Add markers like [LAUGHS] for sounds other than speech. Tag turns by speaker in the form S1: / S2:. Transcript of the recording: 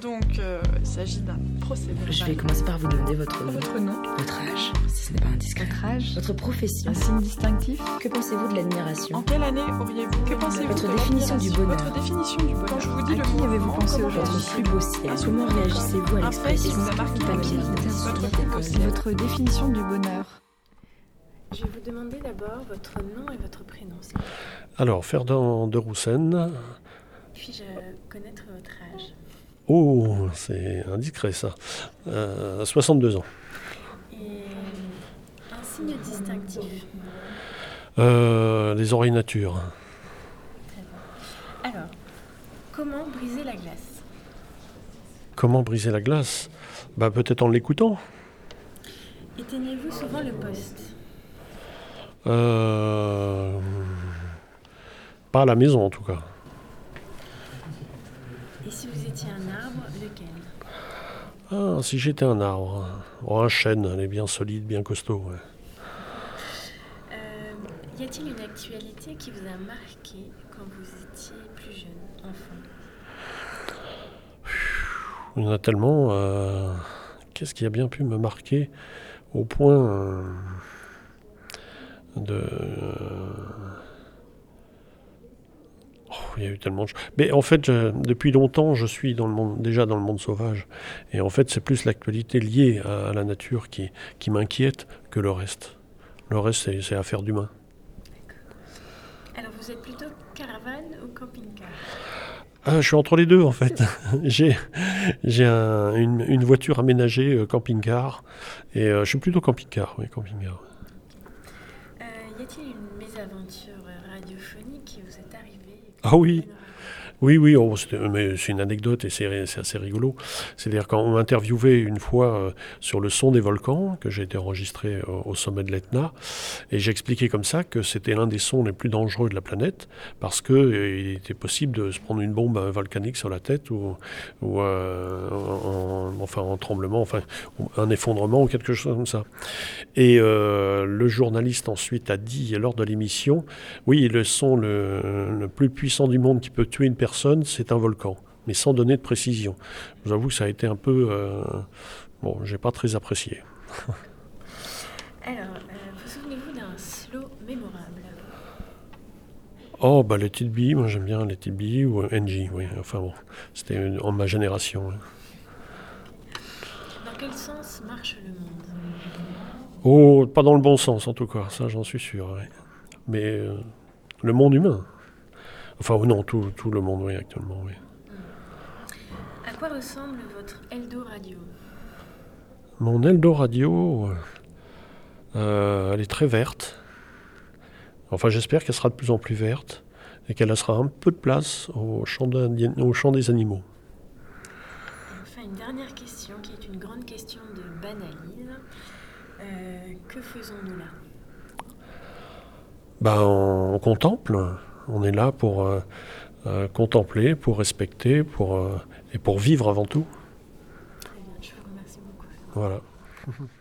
S1: Donc, euh, il s'agit d'un procédé.
S2: Je vais commencer par vous demander votre,
S1: Votre nom
S2: votre âge, si ce n'est pas indiscret.
S3: Votre âge
S2: Votre profession.
S3: Un signe distinctif
S2: Que pensez-vous de
S1: En
S2: l'admiration
S1: quelle année auriez-vous Que pensez-vous
S2: Votre
S1: de
S2: définition du
S1: l'admiration
S2: bonheur.
S1: Votre définition du bonheur. Quand je vous dis
S3: À
S1: le
S3: qui
S1: mot
S3: avez-vous
S1: comment
S3: pensé
S1: commencez-vous
S3: aujourd'hui
S2: Votre plus beau ciel. Comment réagissez-vous à
S1: Un fait qui
S2: l'expression
S1: vous a marqué
S2: tout à
S1: dans la
S2: pied
S1: vie. Votre plus beau ciel.
S3: Votre définition du bonheur
S4: Je vais vous demander d'abord votre nom et votre prénom. s'il vous plaît.
S5: Alors, Ferdinand de Roussen.
S4: Puis-je euh, connaître votre âge
S5: Oh, c'est indiscret ça. Euh, 62 ans.
S4: Et euh, un signe distinctif.
S5: Euh, les oreilles nature.
S4: Alors, comment briser la glace
S5: Comment briser la glace Bah peut-être en l'écoutant.
S4: Éteignez-vous souvent le poste
S5: Euh, Pas à la maison en tout cas.
S4: Et si vous étiez un arbre, lequel
S5: Ah, si j'étais un arbre. Oh, un chêne, elle est bien solide, bien costaud. ouais.
S4: Euh, Y a-t-il une actualité qui vous a marqué quand vous étiez plus jeune, enfant
S5: Il y en a tellement. euh, Qu'est-ce qui a bien pu me marquer au point euh, de. euh, Oh, il y a eu tellement de choses. Mais en fait, je- depuis longtemps, je suis dans le monde, déjà dans le monde sauvage. Et en fait, c'est plus l'actualité liée à, à la nature qui, qui m'inquiète que le reste. Le reste, c'est- c'est affaire d'humain.
S4: Alors, vous êtes plutôt caravane ou camping-car
S5: Ah, je suis entre les deux en fait. [LAUGHS] j'ai j'ai un- une, une voiture aménagée euh, camping-car et euh, je suis plutôt camping-car, oui, camping-car.
S4: Euh, Y a-t-il une mésaventure radiophonique qui vous est arrivée et que
S5: Ah
S4: vous
S5: oui.
S4: pouvez nous raconter
S5: Oui, oui, oh, c'était- mais c'est une anecdote et c'est ri- c'est assez rigolo. C'est-à-dire quand on m'interviewait une fois euh, sur le son des volcans, que j'ai été enregistré euh, au sommet de l'Etna, et j'expliquais comme ça que c'était l'un des sons les plus dangereux de la planète, parce que euh, il était possible de se prendre une bombe euh, volcanique sur la tête ou, ou euh, en, en- enfin, en tremblement, enfin ou un effondrement ou quelque chose comme ça. Et euh, le journaliste ensuite a dit lors de l'émission, oui, le son le, le plus puissant du monde qui peut tuer une personne, c'est un volcan, mais sans donner de précision. Je vous avoue que ça a été un peu... euh, bon, j'ai pas très apprécié.
S4: Alors, euh, vous souvenez-vous d'un slow mémorable
S5: Oh, bah les petites billes, moi j'aime bien les petites billes ou euh, NG, oui. Enfin bon, c'était une- en ma génération. hein.
S4: Dans quel sens marche le monde
S5: Oh, pas dans le bon sens en tout cas, ça j'en suis sûr. oui. Mais euh, le monde humain. Enfin non, tout, tout le monde, oui, actuellement, oui.
S4: À quoi ressemble votre Eldo Radio
S5: Mon Eldo Radio, euh, elle est très verte. Enfin, j'espère qu'elle sera de plus en plus verte et qu'elle laissera un peu de place au champ, d'indi- au champ des animaux.
S4: Enfin, une dernière question qui est une grande question de banalise. Euh, que faisons-nous là
S5: Ben, on, on contemple. On est là pour euh, euh, contempler, pour respecter, pour, euh, et pour vivre avant tout.
S4: Très bien, je vous remercie beaucoup.
S5: Voilà.